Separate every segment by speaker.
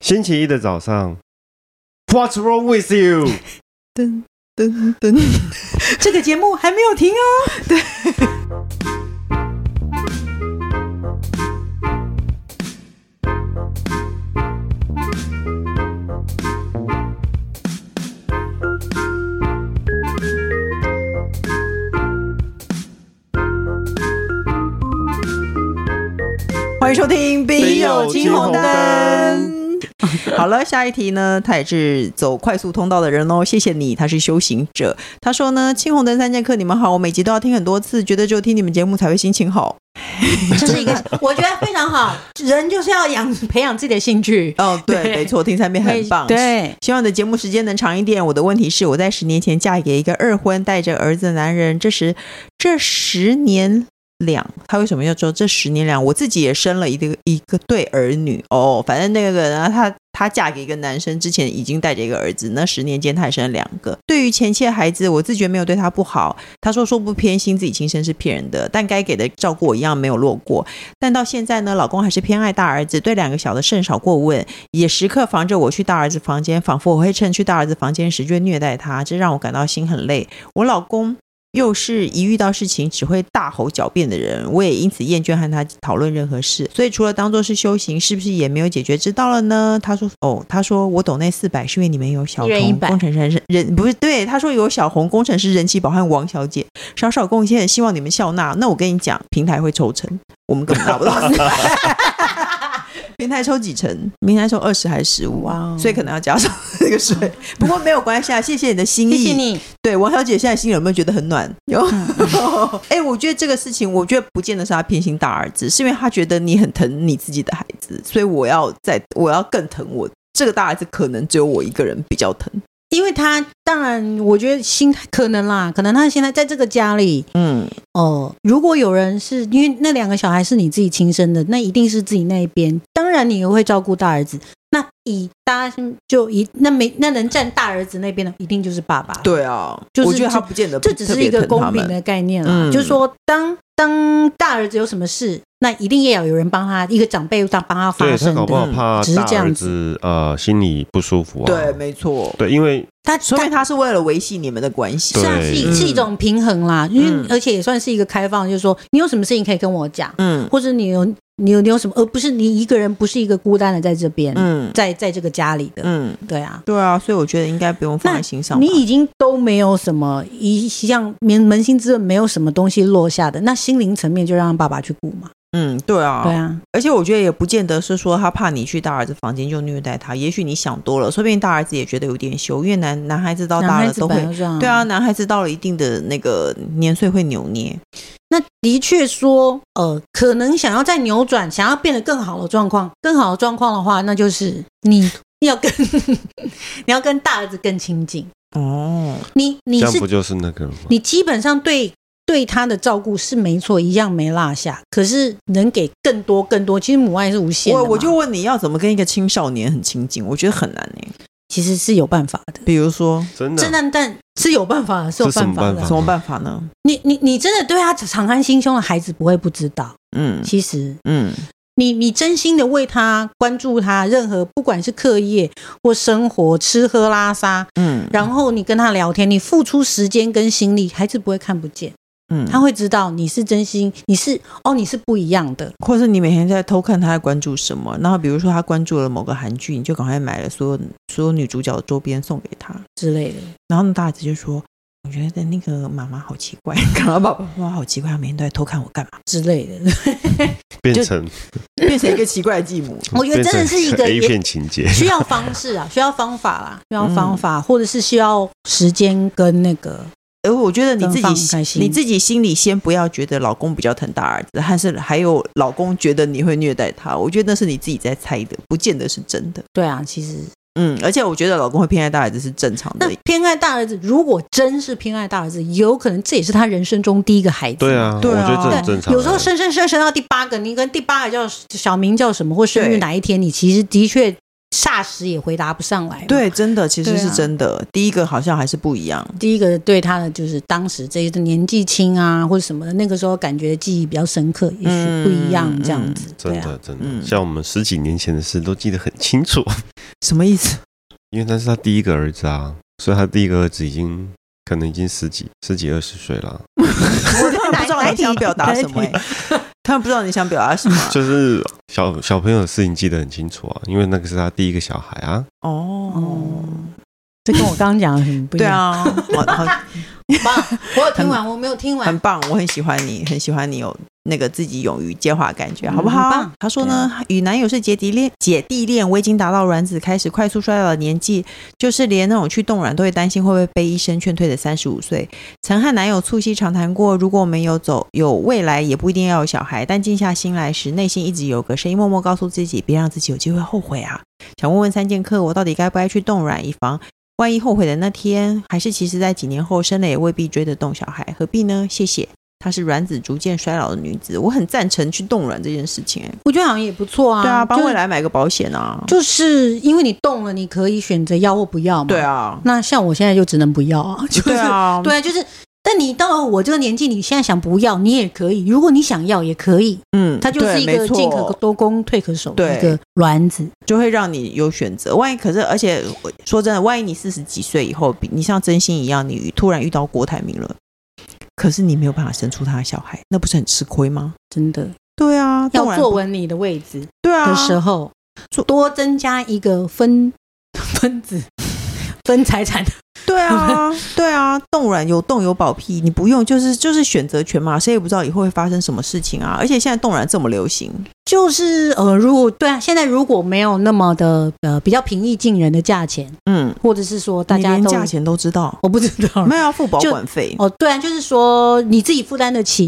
Speaker 1: 星期一的早上，What's wrong with you？
Speaker 2: 噔噔噔，
Speaker 3: 这个节目还没有停 哦。欢迎收听《笔友青红灯》。好了，下一题呢？他也是走快速通道的人哦，谢谢你，他是修行者。他说呢，青红灯三剑客，你们好，我每集都要听很多次，觉得只有听你们节目才会心情好。
Speaker 4: 这是一个我觉得非常好，人就是要养 培养自己的兴趣，
Speaker 3: 哦，对，
Speaker 4: 对
Speaker 3: 没错，听三遍很棒。，
Speaker 4: 对，
Speaker 3: 希望你的节目时间能长一点。我的问题是，我在十年前嫁给一个二婚带着儿子的男人，这时这十年两，他为什么要说这十年两？我自己也生了一个一个对儿女哦，反正那个人啊他。她嫁给一个男生之前已经带着一个儿子，那十年间她还生了两个。对于前妻的孩子，我自觉没有对她不好。她说说不偏心，自己亲生是骗人的，但该给的照顾我一样没有落过。但到现在呢，老公还是偏爱大儿子，对两个小的甚少过问。也时刻防着我去大儿子房间，仿佛我会趁去大儿子房间时就会虐待他，这让我感到心很累。我老公又是一遇到事情只会大吼狡辩的人，我也因此厌倦和他讨论任何事。所以除了当做是修行，是不是也没有解决之道了呢？他说：“哦，他说我懂那四百是因为你们有小
Speaker 4: 一人一
Speaker 3: 红
Speaker 4: 百
Speaker 3: 工程师人不是对，他说有小红工程师人气宝和王小姐少少贡献，希望你们笑纳。那我跟你讲，平台会抽成，我们根本拿不到四百。” 平台抽几成？平台抽二十还是十五
Speaker 4: 哦
Speaker 3: 啊？所以可能要加上那个 税。不过没有关系啊，谢谢你的心意。
Speaker 4: 谢谢。你，
Speaker 3: 对，王小姐现在心里有没有觉得很暖？有。
Speaker 4: 嗯
Speaker 3: 哎、我觉得这个事情，我觉得不见得是她偏心大儿子，是因为她觉得你很疼你自己的孩子，所以我要在我要更疼我这个大儿子，可能只有我一个人比较疼。
Speaker 4: 因为他当然，我觉得心态可能啦，可能他现在在这个家里，
Speaker 3: 嗯，
Speaker 4: 哦，如果有人是因为那两个小孩是你自己亲生的，那一定是自己那一边，当然你也会照顾大儿子。那以大家就以那没那能站大儿子那边的，一定就是爸爸。，
Speaker 3: 对啊，
Speaker 4: 就是
Speaker 3: 我觉得她不见得
Speaker 4: 这只
Speaker 3: 特
Speaker 4: 是
Speaker 3: 别
Speaker 4: 一个
Speaker 3: 疼他
Speaker 4: 公平
Speaker 3: 们
Speaker 4: 的概念
Speaker 3: 嗯
Speaker 4: 啦，就是说当当大儿子有什么事，那一定也要有人帮他，一个长辈帮帮他
Speaker 1: 对他
Speaker 4: 发声
Speaker 1: 搞不好
Speaker 4: 的。
Speaker 1: 怕
Speaker 4: 只是
Speaker 1: 大
Speaker 4: 这样
Speaker 1: 儿子呃心里不舒服啊。
Speaker 3: 对，没错。
Speaker 1: 对，因为
Speaker 4: 他
Speaker 3: 说
Speaker 4: 他
Speaker 3: 明她是为了维系你们的关系。
Speaker 4: 是啊，是一
Speaker 1: 对
Speaker 4: 是一种平衡啦，因
Speaker 3: 嗯
Speaker 4: 为而且也算是一个开放，就是说你有什么事情可以跟我讲，
Speaker 3: 嗯
Speaker 4: 或者你有你有你有什么，而不是你一个人，不是一个孤单的在这边，
Speaker 3: 嗯
Speaker 4: 在在这个家里的，
Speaker 3: 嗯，
Speaker 4: 对啊。
Speaker 3: 对啊，所以我觉得应该不用放在心上吧。
Speaker 4: 你已经都没有什么一项扪扪心自问，没有什么东西落下的，那心灵层面就让爸爸去顾嘛。
Speaker 3: 嗯，对啊，
Speaker 4: 对啊，
Speaker 3: 而且我觉得也不见得是说他怕你去大儿子房间就虐待他，也许你想多了，说不定大儿子也觉得有点羞，因为男男孩子到
Speaker 4: 男
Speaker 3: 大
Speaker 4: 孩
Speaker 3: 了
Speaker 4: 子
Speaker 3: 都
Speaker 4: 本来嗯
Speaker 3: 会。
Speaker 4: 就这样。
Speaker 3: 对啊，，男孩子到了一定的那个年岁会扭捏，
Speaker 4: 那的确说，呃，可能想要再扭转，想要变得更好的状况，更好的状况的话，那就是你 要跟你要跟大儿子更亲近。
Speaker 3: 哦，
Speaker 4: 你你
Speaker 1: 这样
Speaker 4: 是
Speaker 1: 不就是那个了吗？
Speaker 4: 你基本上对对他的照顾是没错，一样没落下，可是能给更多更多，其实母爱是无限的
Speaker 3: 我
Speaker 4: 嘛。
Speaker 3: 我就问你要怎么跟一个青少年很亲近，我觉得很难诶、
Speaker 4: 其实是有办法的，
Speaker 3: 比如说
Speaker 1: 真的啊
Speaker 4: 真的，但是有办法的，是有
Speaker 1: 这什么
Speaker 4: 办法
Speaker 1: 办
Speaker 4: 的。
Speaker 1: 法
Speaker 3: 什么办法呢？
Speaker 4: 你你你真的对他敞开心胸的孩子不会不知道，
Speaker 3: 嗯
Speaker 4: 其实
Speaker 3: 嗯
Speaker 4: 你你真心的为他关注他，任何不管是课业或生活、吃喝拉撒，
Speaker 3: 嗯，
Speaker 4: 然后你跟他聊天，你付出时间跟心力，孩子不会看不见，
Speaker 3: 嗯，
Speaker 4: 他会知道你是真心，你是哦，你是不一样的。
Speaker 3: 或者是你每天在偷看他在关注什么，然后比如说他关注了某个韩剧，你就赶快买了所有所有女主角的周边送给他，
Speaker 4: 之类的。
Speaker 3: 然后呢，大儿子就说：“我觉得那个妈妈好奇怪，看到爸爸妈妈好奇怪，他每天都在偷看我干嘛
Speaker 4: 之类的。
Speaker 1: 变
Speaker 3: 就
Speaker 1: 成？”
Speaker 3: 变成一个奇怪的继母。
Speaker 4: 我觉得真的是一个
Speaker 1: 变成 A
Speaker 4: 也
Speaker 1: 片情节，
Speaker 4: 需要方式啊，需要方法啦，需要方法，或者是需要时间跟那个
Speaker 3: 而我觉得你
Speaker 4: 更放
Speaker 3: 自
Speaker 4: 开
Speaker 3: 己
Speaker 4: 心
Speaker 3: 你自己心里先不要觉得老公比较疼大儿子，还是还有老公觉得你会虐待他，我觉得那是你自己在猜的，不见得是真的。
Speaker 4: 对啊，其实
Speaker 3: 嗯，而且我觉得老公会偏爱大儿子是正常
Speaker 4: 那
Speaker 3: 的。
Speaker 4: 偏爱大儿子，如果真是偏爱大儿子，有可能这也是他人生中第一个孩子。
Speaker 1: 对。啊，
Speaker 3: 对啊
Speaker 1: 我觉得这很正常啊。
Speaker 4: 有时候生生生生到第八个，你跟第八个叫小名叫什么，或生
Speaker 3: 对
Speaker 4: 日哪一天，你其实的确霎时也回答不上来。，
Speaker 3: 对，真的，其实
Speaker 4: 对啊
Speaker 3: 是真的。第一个好像还是不一样。
Speaker 4: 第一个对他的就是当时这一个年纪轻啊，或者什么的，那个时候感觉记忆比较深刻，也许不一样
Speaker 3: 嗯
Speaker 4: 这样
Speaker 3: 嗯
Speaker 4: 子。
Speaker 1: 真
Speaker 4: 对啊
Speaker 1: 的真的，
Speaker 3: 嗯
Speaker 1: 像我们十几年前的事都记得很清楚。
Speaker 3: 什么意思？
Speaker 1: 因为那是他第一个儿子啊，所以他第一个儿子已经可能已经十几、十几二十岁了，
Speaker 3: 我他们不知道你想表达什么、欸， 他们不知道你想表达什么。
Speaker 1: 就是小小朋友的事情记得很清楚啊，因为那个是他第一个小孩啊。
Speaker 3: 哦，
Speaker 4: 嗯这跟我刚刚讲的很不一
Speaker 3: 对
Speaker 4: 样。
Speaker 3: 啊，好好
Speaker 4: 棒，啊我有听完，我没有听
Speaker 3: 很
Speaker 4: 完。
Speaker 3: 棒，我很喜欢你，很喜欢你有那个自己勇于接话的感觉，
Speaker 4: 嗯
Speaker 3: 好不好？
Speaker 4: 很棒啊
Speaker 3: 他说呢，与男友是姐弟恋，姐弟恋，我已经达到卵子开始快速衰老的年纪，就是连那种去冻卵都会担心会不会被医生劝退的三十五岁。曾和男友促膝长谈过，如果我们有走有未来，也不一定要有小孩，但静下心来时，内心一直有个声音默默告诉自己，别让自己有机会后悔啊。想问问三剑客，我到底该不该去冻卵，以防万一后悔的那天，还是其实在几年后生了也未必追得动小孩，何必呢？谢谢。她是卵子逐渐衰老的女子，我很赞成去冻卵这件事情、欸。
Speaker 4: 我觉得好像也不错啊。
Speaker 3: 对啊，帮
Speaker 4: 就
Speaker 3: 未来买个保险啊。
Speaker 4: 就是因为你动了，你可以选择要或不要嘛。
Speaker 3: 对。 啊，
Speaker 4: 那像我现在就只能不要啊，就是
Speaker 3: 对啊，
Speaker 4: 对啊，就是。但你到了我这个年纪，你现在想不要，你也可以；如果你想要，也可以。
Speaker 3: 嗯，
Speaker 4: 它就是一
Speaker 3: 对
Speaker 4: 个
Speaker 3: 没错
Speaker 4: 进可多攻、退可守的
Speaker 3: 对
Speaker 4: 一个卵子。
Speaker 3: 就会让你有选择。万一可是，而且我说真的，万一你四十几岁以后，比你像真心一样，你突然遇到郭台铭了，可是你没有办法生出他的小孩，那不是很吃亏吗？
Speaker 4: 真的
Speaker 3: 对啊，冻
Speaker 4: 要
Speaker 3: 卵
Speaker 4: 坐
Speaker 3: 不
Speaker 4: 稳你的位置
Speaker 3: 对啊
Speaker 4: 的时候，
Speaker 3: 坐
Speaker 4: 多增加一个分 分子 分财产。
Speaker 3: 对啊， 对啊，冻卵有冻有保屁，你不用就是就是选择权嘛，谁也不知道以后会发生什么事情啊。而且现在冻卵这么流行，
Speaker 4: 就是呃，如果对啊，现在如果没有那么的呃比较平易近人的价钱，
Speaker 3: 嗯，
Speaker 4: 或者是说大家
Speaker 3: 你连
Speaker 4: 都
Speaker 3: 价钱都知道，
Speaker 4: 我不知道
Speaker 3: 没有要付保
Speaker 4: 就
Speaker 3: 管费，
Speaker 4: 哦，对啊，就是说你自己负担得起，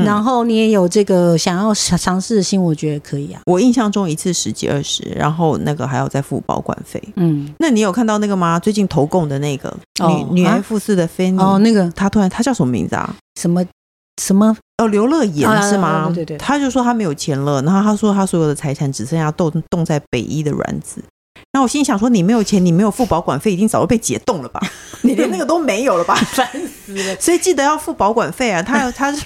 Speaker 3: 嗯
Speaker 4: 然后你也有这个想要尝尝试的心，我觉得可以啊。
Speaker 3: 我印象中一次十几二十，然后那个还要再付保管费。
Speaker 4: 嗯，
Speaker 3: 那你有看到那个吗？最近投共的那个女、
Speaker 4: 哦
Speaker 3: 女
Speaker 4: 啊
Speaker 3: F 四的菲尼，
Speaker 4: 哦，那个
Speaker 3: 她突然她叫什么名字啊？
Speaker 4: 什么什么，
Speaker 3: 哦，刘乐言
Speaker 4: 啊
Speaker 3: 是吗？
Speaker 4: 对对对
Speaker 3: 他就说他没有钱了，然后他说他所有的财产只剩下冻冻在北一的卵子。然后我心想说，你没有钱，你没有付保管费，一定早就被解冻了吧？ 你连那个都没有了吧？
Speaker 4: 烦死了，
Speaker 3: 所以记得要付保管费啊！他他他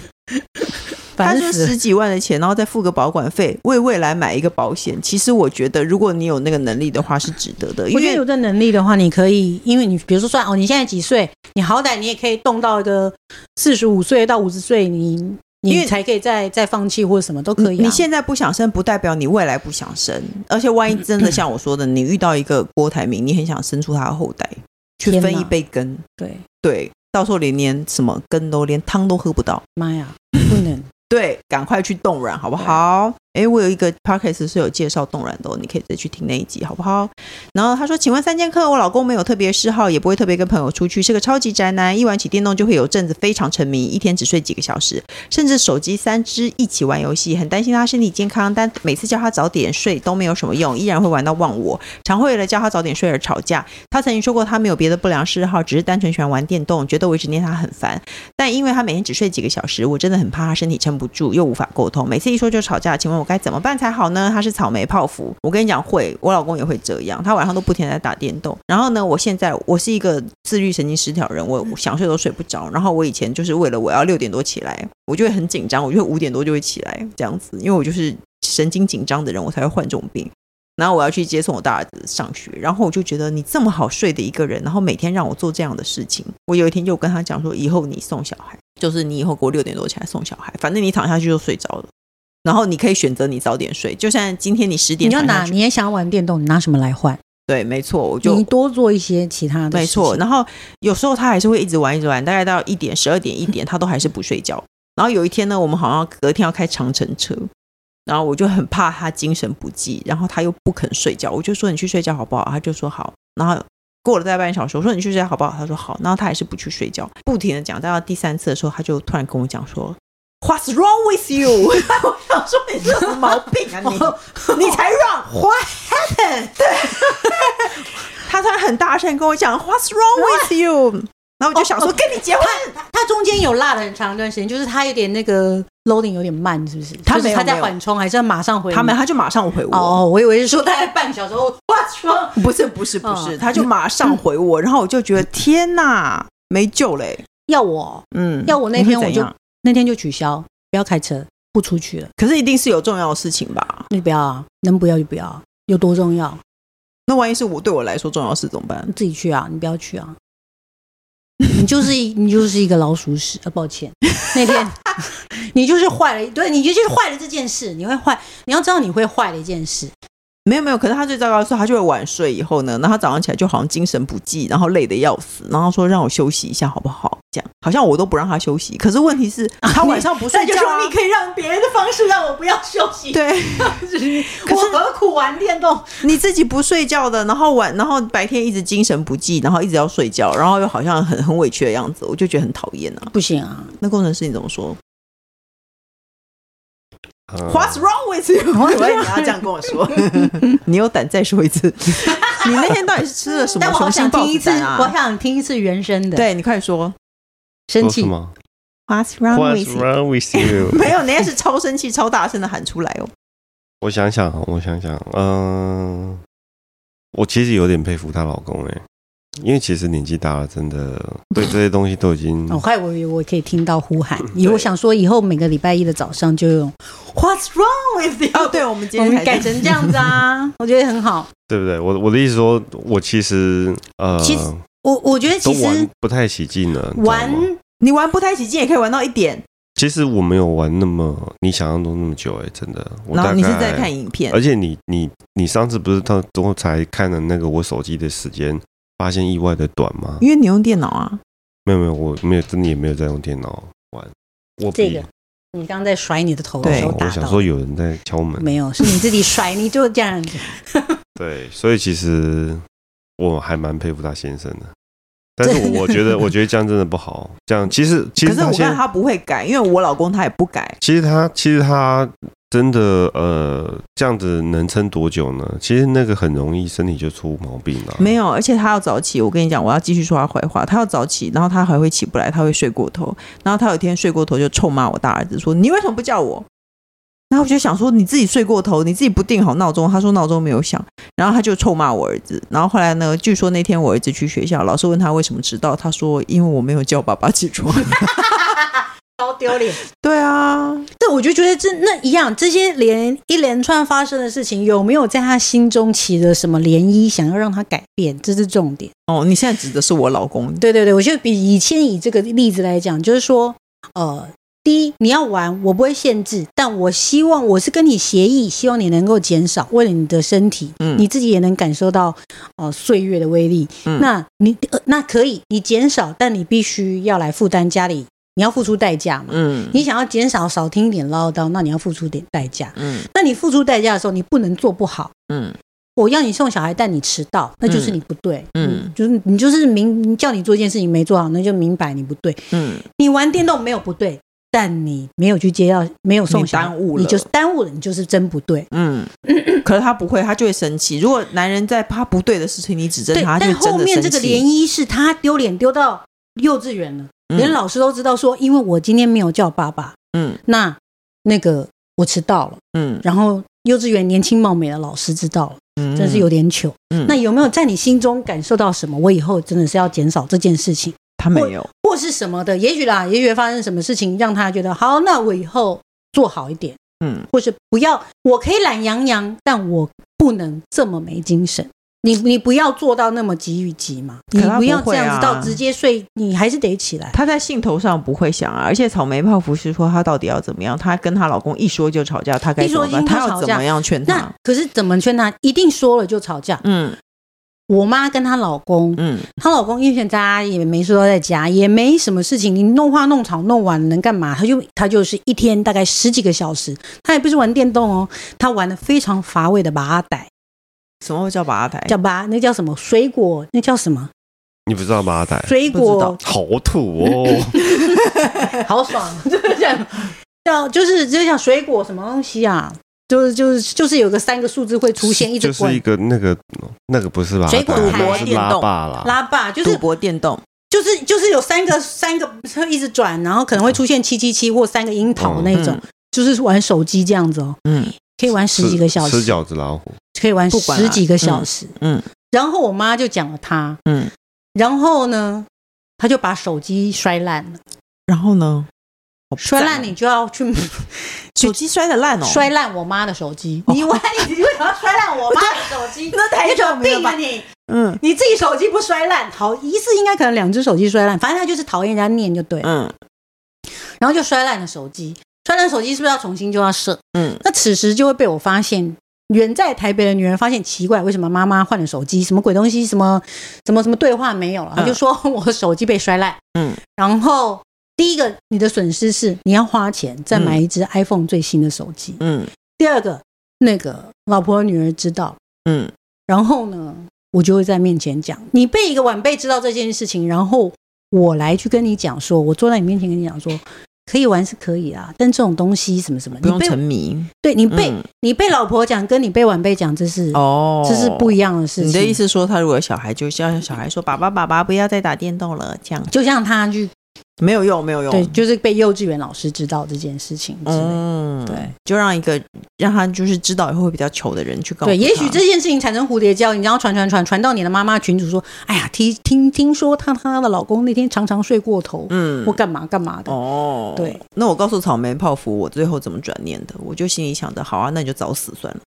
Speaker 4: 烦
Speaker 3: 就
Speaker 4: 死了
Speaker 3: 十。几万的钱，然后再付个保管费，为未来买一个保险。其实我觉得，如果你有那个能力的话，是值得的。因
Speaker 4: 我觉得
Speaker 3: 为
Speaker 4: 有这能力的话，你可以，因为你比如说算哦，你现在几岁，你好歹你也可以动到一个四十五岁到五十岁，你
Speaker 3: 因
Speaker 4: 你
Speaker 3: 为
Speaker 4: 才可以再再放弃或者什么都可以、啊
Speaker 3: 你你现在不想生，不代表你未来不想生。而且万一真的像我说的，你遇到一个郭台铭，你很想生出他的后代，去
Speaker 4: 天
Speaker 3: 分
Speaker 4: 哪
Speaker 3: 一杯羹。
Speaker 4: 对，
Speaker 3: 对，到时候连连什么羹都连汤都喝不到。
Speaker 4: 妈呀，不能，
Speaker 3: 对，赶快去冻卵，好不好？诶，我有一个 podcast 是有介绍冻卵的、哦，你可以再去听那一集，好不好？然后他说：“请问三剑客，我老公没有特别嗜好，也不会特别跟朋友出去，是个超级宅男。一玩起电动就会有阵子非常沉迷，一天只睡几个小时，甚至手机三只一起玩游戏。很担心他身体健康，但每次叫他早点睡都没有什么用，依然会玩到忘我，常会为了叫他早点睡而吵架。他曾经说过他没有别的不良嗜好，只是单纯喜欢玩电动，觉得我一直念他很烦。但因为他每天只睡几个小时，我真的很怕他身体撑不住，又无法沟通，每次一说就吵架。请问我该怎么办才好呢？他是草莓泡芙，我跟你讲会，我老公也会这样，他晚上都不停地在打电动。然后呢，我现在我是一个自律神经失调人，我我想睡都睡不着。然后我以前就是为了我要六点多起来，我就会很紧张，我就会五点多就会起来这样子，因为我就是神经紧张的人，我才会患这种病。然后我要去接送我大儿子上学，然后我就觉得你这么好睡的一个人，然后每天让我做这样的事情，我有一天就跟他讲说，以后你送小孩，就是你以后给我六点多起来送小孩，反正你躺下去就睡着了，然后你可以选择你早点睡，就像今天你十点
Speaker 4: 你要
Speaker 3: 躺
Speaker 4: 拿，
Speaker 3: 下去
Speaker 4: 你也想要玩电动，你拿什么来换？
Speaker 3: 对，没错，我啊就
Speaker 4: 你多做一些其他的，
Speaker 3: 没错，，然后有时候他还是会一直玩，一直玩，大概到一点、十二点、一点，他都还是不睡觉。然后有一天呢，我们好像隔天要开长城车，然后我就很怕他精神不济，然后他又不肯睡觉，我就说你去睡觉好不好？他就说好。然后过了大概半小时，我说你去睡觉好不好？他说好。然后他还是不去睡觉，不停的讲。到第三次的时候，他就突然跟我讲说。What's wrong with you？我 想说你是有什么毛病啊你？你才 wrong！他突然很大声跟我讲 What's wrong with you？然后我就
Speaker 4: 哦
Speaker 3: 想说跟你结婚，
Speaker 4: 它中间有落了很长一段时间，就是它有点那个 loading 有点慢，是不是？
Speaker 3: 它
Speaker 4: 就是
Speaker 3: 没有
Speaker 4: 它在
Speaker 3: 没有
Speaker 4: 缓冲，还是要马上回你？
Speaker 3: 他们他就马上回我。
Speaker 4: 哦，我以为是说大概半小时 后，What's wrong？
Speaker 3: 不是不是不是，
Speaker 4: 嗯
Speaker 3: 他就马上回 我，然后我就觉得天哪，没救嘞、
Speaker 4: 要我
Speaker 3: 嗯，
Speaker 4: 要我那
Speaker 3: 你会
Speaker 4: 天我
Speaker 3: 怎
Speaker 4: 就
Speaker 3: 样
Speaker 4: 那天就取消，不要开车，不出去了。
Speaker 3: 可是一定是有重要的事情吧？
Speaker 4: 那就不要啊，能不要就不要，有多重要？
Speaker 3: 那万一是我对我来说重要的事怎么办
Speaker 4: 你？自己去啊，你不要去啊。 你就是一你就是一个老鼠屎，啊，抱歉，那天 你就是坏了，对你就是坏了这件事，你会坏，你要知道你会坏的一件事，
Speaker 3: 没有没有，可是他最糟糕的是，他就会晚睡，以后呢，那他早上起来就好像精神不济，然后累得要死，然后说让我休息一下好不好？这样好像我都不让他休息，可是问题是， 他晚上不睡
Speaker 4: 那就
Speaker 3: 觉、啊
Speaker 4: 说你可以让别人的方式让我不要休息，
Speaker 3: 对可
Speaker 4: 我
Speaker 3: 是
Speaker 4: 何苦玩电动？
Speaker 3: 你自己不睡觉的，然后晚，然后白天一直精神不济，然后一直要睡觉，然后又好像很很委屈的样子，我就觉得很讨厌啊。
Speaker 4: 不行啊，
Speaker 3: 那工程师你怎么说、
Speaker 1: 嗯
Speaker 3: w h a t s wrong with you？我以为你要这样跟我说， 你有胆再说一次。你那天到底是吃了什么
Speaker 4: 但我好
Speaker 3: 雄
Speaker 4: 想
Speaker 3: 心
Speaker 4: 听
Speaker 3: 豹
Speaker 4: 一
Speaker 3: 子
Speaker 4: 次，
Speaker 3: 胆
Speaker 4: 我
Speaker 3: 啊？
Speaker 4: 想听一次原声的，，
Speaker 3: 对你快说
Speaker 4: 生
Speaker 1: 说
Speaker 4: 气
Speaker 1: 什，么
Speaker 3: ，What's wrong
Speaker 1: ？What's
Speaker 3: with you？
Speaker 1: wrong with you？
Speaker 3: 没有，人家是超生气、超大声的喊出来哦。
Speaker 1: 我想想，我想想，嗯、我其实有点佩服她老公哎、因为其实年纪大了，真的对这些东西都已经
Speaker 4: 我哦害我以为我可以听到呼喊，
Speaker 1: 嗯
Speaker 4: 以我想说以后每个礼拜一的早上就用 What's wrong with you？
Speaker 3: 哦，对，我们今
Speaker 4: 我
Speaker 3: 天才
Speaker 4: 们改成这样子啊， 我觉得很好。
Speaker 1: 对不对？我我的意思说，我其实呃，
Speaker 4: 其实我我觉得
Speaker 1: 都
Speaker 4: 其实
Speaker 1: 玩不太起劲了，你知道
Speaker 4: 玩
Speaker 1: 吗
Speaker 3: 你玩不太起劲，也可以玩到一点。
Speaker 1: 其实我没有玩那么你想象中那么久哎、真的。我
Speaker 3: 然
Speaker 1: 大
Speaker 3: 后
Speaker 1: 概
Speaker 3: 你是在看影片
Speaker 1: 而，且你你你上次不是到都才看了那个我手机的时间，发现意外的短吗？
Speaker 3: 因为你用电脑啊。
Speaker 1: 没有没有，我没有真的也没有在用电脑玩。我
Speaker 4: 这
Speaker 1: 比
Speaker 4: 个你刚刚在甩你的头的
Speaker 3: 对
Speaker 4: 时候
Speaker 1: 哦我
Speaker 4: 打
Speaker 1: 想
Speaker 4: 到
Speaker 1: 说，有人在敲门，
Speaker 4: 没有，是你自己甩，你就这样子。
Speaker 1: 对，所以其实我还蛮佩服他先生的。但是
Speaker 4: 真的
Speaker 1: 我我觉得，我觉得这样真的不好。这样其实其
Speaker 3: 可
Speaker 1: 实
Speaker 3: 是
Speaker 1: 他
Speaker 3: 我
Speaker 1: 现
Speaker 3: 看
Speaker 1: 在，
Speaker 3: 他不会改，因为我老公他也不改。
Speaker 1: 其实他其实他真的呃，这样子能撑多久呢？其实那个很容易身体就出毛病了、
Speaker 3: 没有，而且他要早起。我跟你讲，我要继续说他坏话。他要早起，然后他还会起不来，他会睡过头。然后他有一天睡过头，就臭骂我大儿子说：“你为什么不叫我？”然后我就想说：“你自己睡过头，你自己不定好闹钟。”他说：“闹钟没有响。”然后他就臭骂我儿子。然后后来呢，据说那天我儿子去学校，老师问他为什么迟到，他说：“因为我没有叫爸爸起床。
Speaker 4: 超丢脸。”
Speaker 3: 对啊，
Speaker 4: 对，我就觉得这那一样，这些连一连串发生的事情，有没有在他心中起了什么涟漪，想要让他改变，这是重点。
Speaker 3: 哦，你现在指的是我老公。
Speaker 4: 对对对，我觉得比以前以这个例子来讲，就是说，呃，第一你要玩，我不会限制，但我希望我是跟你协议，希望你能够减少，为了你的身体，
Speaker 3: 嗯
Speaker 4: 你自己也能感受到呃岁月的威力。
Speaker 3: 嗯
Speaker 4: 那你、呃那可以，你减少，但你必须要来负担家里，你要付出代价嘛。
Speaker 3: 嗯
Speaker 4: 你想要减少少听一点唠叨，那你要付出点代价。
Speaker 3: 嗯
Speaker 4: 那你付出代价的时候，你不能做不好。
Speaker 3: 嗯，
Speaker 4: 我要你送小孩，但你迟到，那就是你不对。
Speaker 3: 嗯
Speaker 4: 嗯，就是你就是明叫你做一件事情没做好，那就明摆你不对。
Speaker 3: 嗯，
Speaker 4: 你玩电动没有不对，但你没有去接到，没有送小孩，
Speaker 3: 你耽误了
Speaker 4: 你就是耽误了，你就是真不对。
Speaker 3: 嗯，可是他不会，他就会生气。如果男人在他不对的事情，你指正
Speaker 4: 对，
Speaker 3: 他，他就
Speaker 4: 但
Speaker 3: 真
Speaker 4: 后
Speaker 3: 的
Speaker 4: 面
Speaker 3: 生
Speaker 4: 这个涟
Speaker 3: 气。
Speaker 4: 漪是他丢脸丢到幼稚园了，连老师都知道说，因为我今天没有叫爸爸，
Speaker 3: 嗯
Speaker 4: 那那个我迟到了，
Speaker 3: 嗯
Speaker 4: 然后幼稚园年轻貌美的老师知道了，
Speaker 3: 嗯，
Speaker 4: 真是有点糗。
Speaker 3: 嗯。
Speaker 4: 那有没有在你心中感受到什么？我以后真的是要减少这件事情，
Speaker 3: 他没有，
Speaker 4: 或是什么的？也许啦，也许发生什么事情让他觉得好，那我以后做好一点，
Speaker 3: 嗯，
Speaker 4: 或是不要，我可以懒洋洋，但我不能这么没精神。你你不要做到那么急与急嘛，
Speaker 3: 可
Speaker 4: 你
Speaker 3: 他不
Speaker 4: 不要
Speaker 3: 会
Speaker 4: 这样
Speaker 3: 啊
Speaker 4: 子到直接睡，你还是得起来。
Speaker 3: 他在兴头上不会想啊。而且草莓泡芙是说他到底要怎么样，他跟她老公一说就吵架，他该
Speaker 4: 一
Speaker 3: 怎
Speaker 4: 说
Speaker 3: 么办？
Speaker 4: 就
Speaker 3: 他要
Speaker 4: 吵
Speaker 3: 怎
Speaker 4: 架
Speaker 3: 么样劝
Speaker 4: 那
Speaker 3: 他？
Speaker 4: 可是怎么劝他？一定说了就吵架。
Speaker 3: 嗯
Speaker 4: 我妈跟她老公，
Speaker 3: 嗯
Speaker 4: 她老公因为现在也没说在家，也没什么事情，你弄话弄吵弄完了能干嘛？他就他就是一天大概十几个小时，他也不是玩电动哦，他玩的非常乏味的拔仔，
Speaker 3: 什么叫把他抬？
Speaker 4: 叫拔那叫什么水果？那叫什么
Speaker 1: 你不知道马仔
Speaker 4: 水
Speaker 3: 不知道
Speaker 4: 果？
Speaker 1: 好土哦，
Speaker 4: 好爽，就是这样，叫就是就像水果什么东西啊？就是就是就是有个三个数字会 出现，一
Speaker 1: 就
Speaker 4: 直
Speaker 1: 是一
Speaker 4: 滚。
Speaker 1: 个那个那个不是吧？啊
Speaker 4: 水果
Speaker 1: 那
Speaker 4: 盘
Speaker 1: 个是拉霸啦，
Speaker 4: 拉霸就
Speaker 3: 赌
Speaker 4: 是
Speaker 3: 博电动，
Speaker 4: 就是就是有三个三个一直转，然后可能会出现七七七或三个樱桃那种，
Speaker 3: 嗯
Speaker 4: 就是玩手机这样子哦。
Speaker 3: 嗯
Speaker 4: 可以玩十几个小
Speaker 1: 吃
Speaker 4: 时，
Speaker 1: 饺子老虎，
Speaker 4: 可以玩
Speaker 3: 不管啊
Speaker 4: 十几个小时。
Speaker 3: 嗯
Speaker 4: 然后我妈就讲了她，
Speaker 3: 嗯。
Speaker 4: 然后呢，她就把手机摔烂了。
Speaker 3: 然后呢？好赞
Speaker 4: 摔烂你就要去
Speaker 3: 手机摔的烂哦，？
Speaker 4: 摔烂我妈的手机。你以为你为什么要摔烂我妈的手机
Speaker 3: 那太
Speaker 4: 你有
Speaker 3: 重
Speaker 4: 病
Speaker 3: 了
Speaker 4: 啊
Speaker 3: 吧？
Speaker 4: 你！
Speaker 3: 嗯
Speaker 4: 你自己手机不摔烂，讨一次应该可能两只手机摔烂，反正他就是讨厌人家念就对了，
Speaker 3: 嗯
Speaker 4: 然后就摔烂了手机。摔烂手机是不是要重新就要设？
Speaker 3: 嗯，
Speaker 4: 那此时就会被我发现，远在台北的女人发现奇怪，为什么妈妈换了手机，什么鬼东西，什么什么什么对话没有了？她就说我手机被摔烂。
Speaker 3: 嗯，
Speaker 4: 然后第一个你的损失是你要花钱再买一只 iPhone 最新的手机。
Speaker 3: 嗯
Speaker 4: 第二个，那个老婆女儿知道，
Speaker 3: 嗯
Speaker 4: 然后呢，我就会在面前讲，你被一个晚辈知道这件事情，然后我来去跟你讲说，我坐在你面前跟你讲说。可以玩是可以啊，但这种东西什么什么，
Speaker 3: 不
Speaker 4: 你
Speaker 3: 用
Speaker 4: 被
Speaker 3: 沉迷
Speaker 4: 对你被、
Speaker 3: 嗯
Speaker 4: 你被老婆讲，跟你被晚辈讲，这是、
Speaker 3: 哦，
Speaker 4: 这是不一样的事情。
Speaker 3: 你的意？思说，他如果有小孩，就叫小孩说：“爸爸，爸爸，不要再打电动了。”这样
Speaker 4: 就像他去
Speaker 3: 没有用，没有用。
Speaker 4: 对，就是被幼稚园老师知道这件事情之类的。
Speaker 3: 嗯，
Speaker 4: 对，
Speaker 3: 就让一个让他就是知道以后会比较糗的人去告诉
Speaker 4: 对，
Speaker 3: 他
Speaker 4: 也许这件事情产生蝴蝶效应，然后传传传传到你的妈妈群主说：“哎呀，听听听说她她的老公那天常常睡过头，
Speaker 3: 嗯
Speaker 4: 或干嘛干嘛的。
Speaker 3: 哦，
Speaker 4: 对。
Speaker 3: 那我告诉草莓泡芙，我最后怎么转念的，我就心里想着，好啊，那你就早死 算了。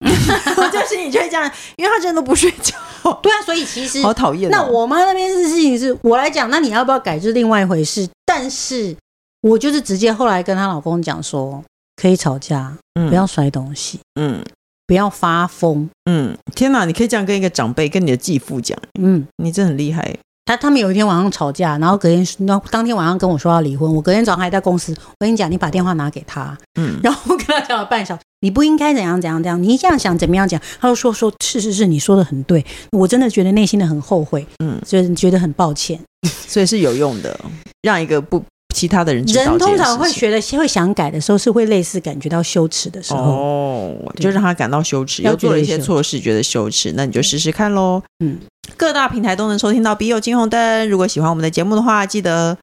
Speaker 3: 我就心里就会这样，因为他真的都不睡觉，
Speaker 4: 对啊，所以其实
Speaker 3: 好讨厌哦、
Speaker 4: 那我妈那边的事情是我来讲，那你要不要改是另外一回事。但是我就是直接后来跟她老公讲说，可以吵架，
Speaker 3: 嗯
Speaker 4: 不要摔东西，
Speaker 3: 嗯
Speaker 4: 不要发疯。
Speaker 3: 嗯，天哪，你可以这样跟一个长辈、跟你的继父讲，
Speaker 4: 嗯，
Speaker 3: 你真的很厉害。
Speaker 4: 他他们有一天晚上吵架，然后隔天那当天晚上跟我说要离婚，我隔天早上还在公司。我跟你讲，你把电话拿给他，
Speaker 3: 嗯，
Speaker 4: 然后我跟他讲了半小时，你不应该怎样怎样怎样，你这样想怎么样讲？他就说说是是是，你说的很对，我真的觉得内心的很后悔，
Speaker 3: 嗯
Speaker 4: 嗯，就是觉得很抱歉。
Speaker 3: 所以是有用的，让一个不其他的人知道
Speaker 4: 人
Speaker 3: 这
Speaker 4: 通
Speaker 3: 件
Speaker 4: 常
Speaker 3: 事
Speaker 4: 会
Speaker 3: 情
Speaker 4: 学的会想改的时候，是会类似感觉到羞耻的时候。
Speaker 3: 哦，
Speaker 4: 对
Speaker 3: 就让他感到羞耻，
Speaker 4: 要
Speaker 3: 又做
Speaker 4: 觉
Speaker 3: 了
Speaker 4: 得
Speaker 3: 一些
Speaker 4: 羞耻
Speaker 3: 错事，觉得羞耻，那你就试试看喽。
Speaker 4: 嗯，
Speaker 3: 各大平台都能收听到《笔友金红灯》。如果喜欢我们的节目的话，记得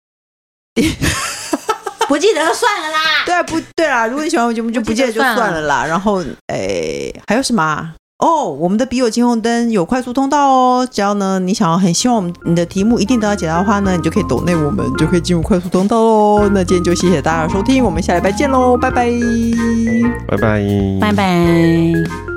Speaker 4: 不记得就算了啦。
Speaker 3: 对啊不对啦？如果你喜欢我们节目，就不
Speaker 4: 不记
Speaker 3: 见
Speaker 4: 得
Speaker 3: 就算
Speaker 4: 算
Speaker 3: 了啦。然后，诶，还有什么啊？哦，我们的笔友金红灯有快速通道哦。只要呢，你想要很希望我们你的题目一定得到解答的话呢，你就可以抖内我们，就可以进入快速通道喽。那今天就谢谢大家的收听，我们下礼拜见喽，拜拜。
Speaker 1: 拜拜，
Speaker 4: 拜拜。